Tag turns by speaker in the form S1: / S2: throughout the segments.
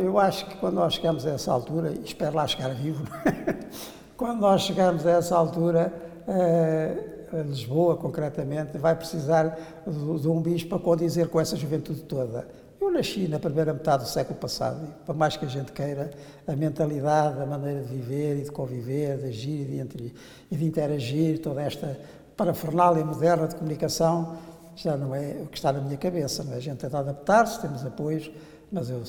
S1: Eu acho que quando nós chegamos a essa altura, e espero lá chegar vivo, quando nós chegarmos a essa altura, eh, a Lisboa, concretamente, vai precisar de de um bispo a condizer com essa juventude toda. Eu nasci na primeira metade do século passado, e por mais que a gente queira, a mentalidade, a maneira de viver e de conviver, de agir e de, entre- e de interagir, toda esta parafernália moderna de comunicação, já não é o que está na minha cabeça. Não é? A gente tenta adaptar-se, temos apoios, mas eu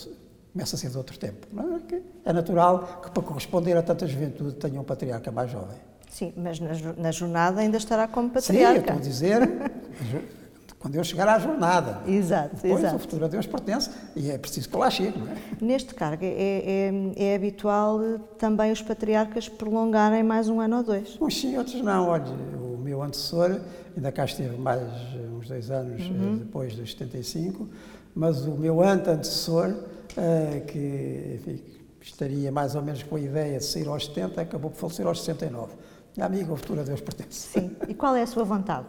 S1: começa a ser de outro tempo. Não é? Que é natural que para corresponder a tanta juventude tenha um patriarca mais jovem.
S2: Sim, mas na, jo- na jornada ainda estará como
S1: Sim, eu
S2: patriarca.
S1: estou a dizer, quando eu chegar à jornada.
S2: Exato,
S1: Depois
S2: exato.
S1: o futuro a Deus pertence e é preciso que eu lá chegue, não é?
S2: Neste cargo é, é- é habitual eh, também os patriarcas prolongarem mais um ano ou dois.
S1: Uns sim, outros não. Olha, o meu antecessor ainda cá esteve mais eh, uns dois anos eh,
S2: Uhum.
S1: depois dos 75, mas o meu ante-antecessor, eh, que enfim, estaria mais ou menos com a ideia de sair aos 70, acabou por falecer aos 69. Minha amiga, o futuro a Deus pertence.
S2: Sim. E qual é a sua vontade?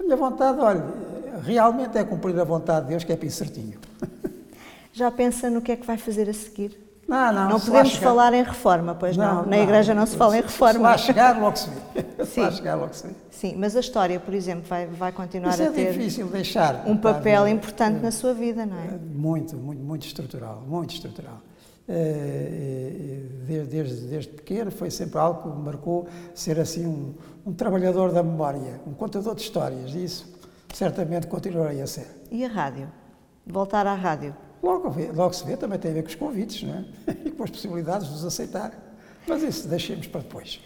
S1: A minha vontade, olha, realmente é cumprir a vontade de Deus, que é para ir certinho.
S2: Já pensa no que é que vai fazer a seguir?
S1: Não,
S2: Não,
S1: Ah, se lá
S2: podemos
S1: chegar-
S2: falar em reforma, pois não. Na igreja não se fala em
S1: Se-
S2: reforma.
S1: Se lá chegar, logo se vê. Se lá
S2: Sim.
S1: chegar, logo se vê.
S2: Sim, mas a história, por exemplo, vai, vai continuar
S1: Isso
S2: a
S1: é
S2: ter
S1: difícil deixar.
S2: um papel
S1: sabe?
S2: importante na sua vida, não é?
S1: Muito, muito, muito estrutural, muito estrutural. Eh, eh, Desde, desde, desde pequeno foi sempre algo que me marcou ser assim um, um trabalhador da memória, um contador de histórias. E isso certamente continuarei a ser.
S2: E a rádio? Voltar à rádio?
S1: Logo, vê- logo se vê, também tem a ver com os convites, não é? E com as possibilidades de os aceitar. Mas isso deixemos para depois.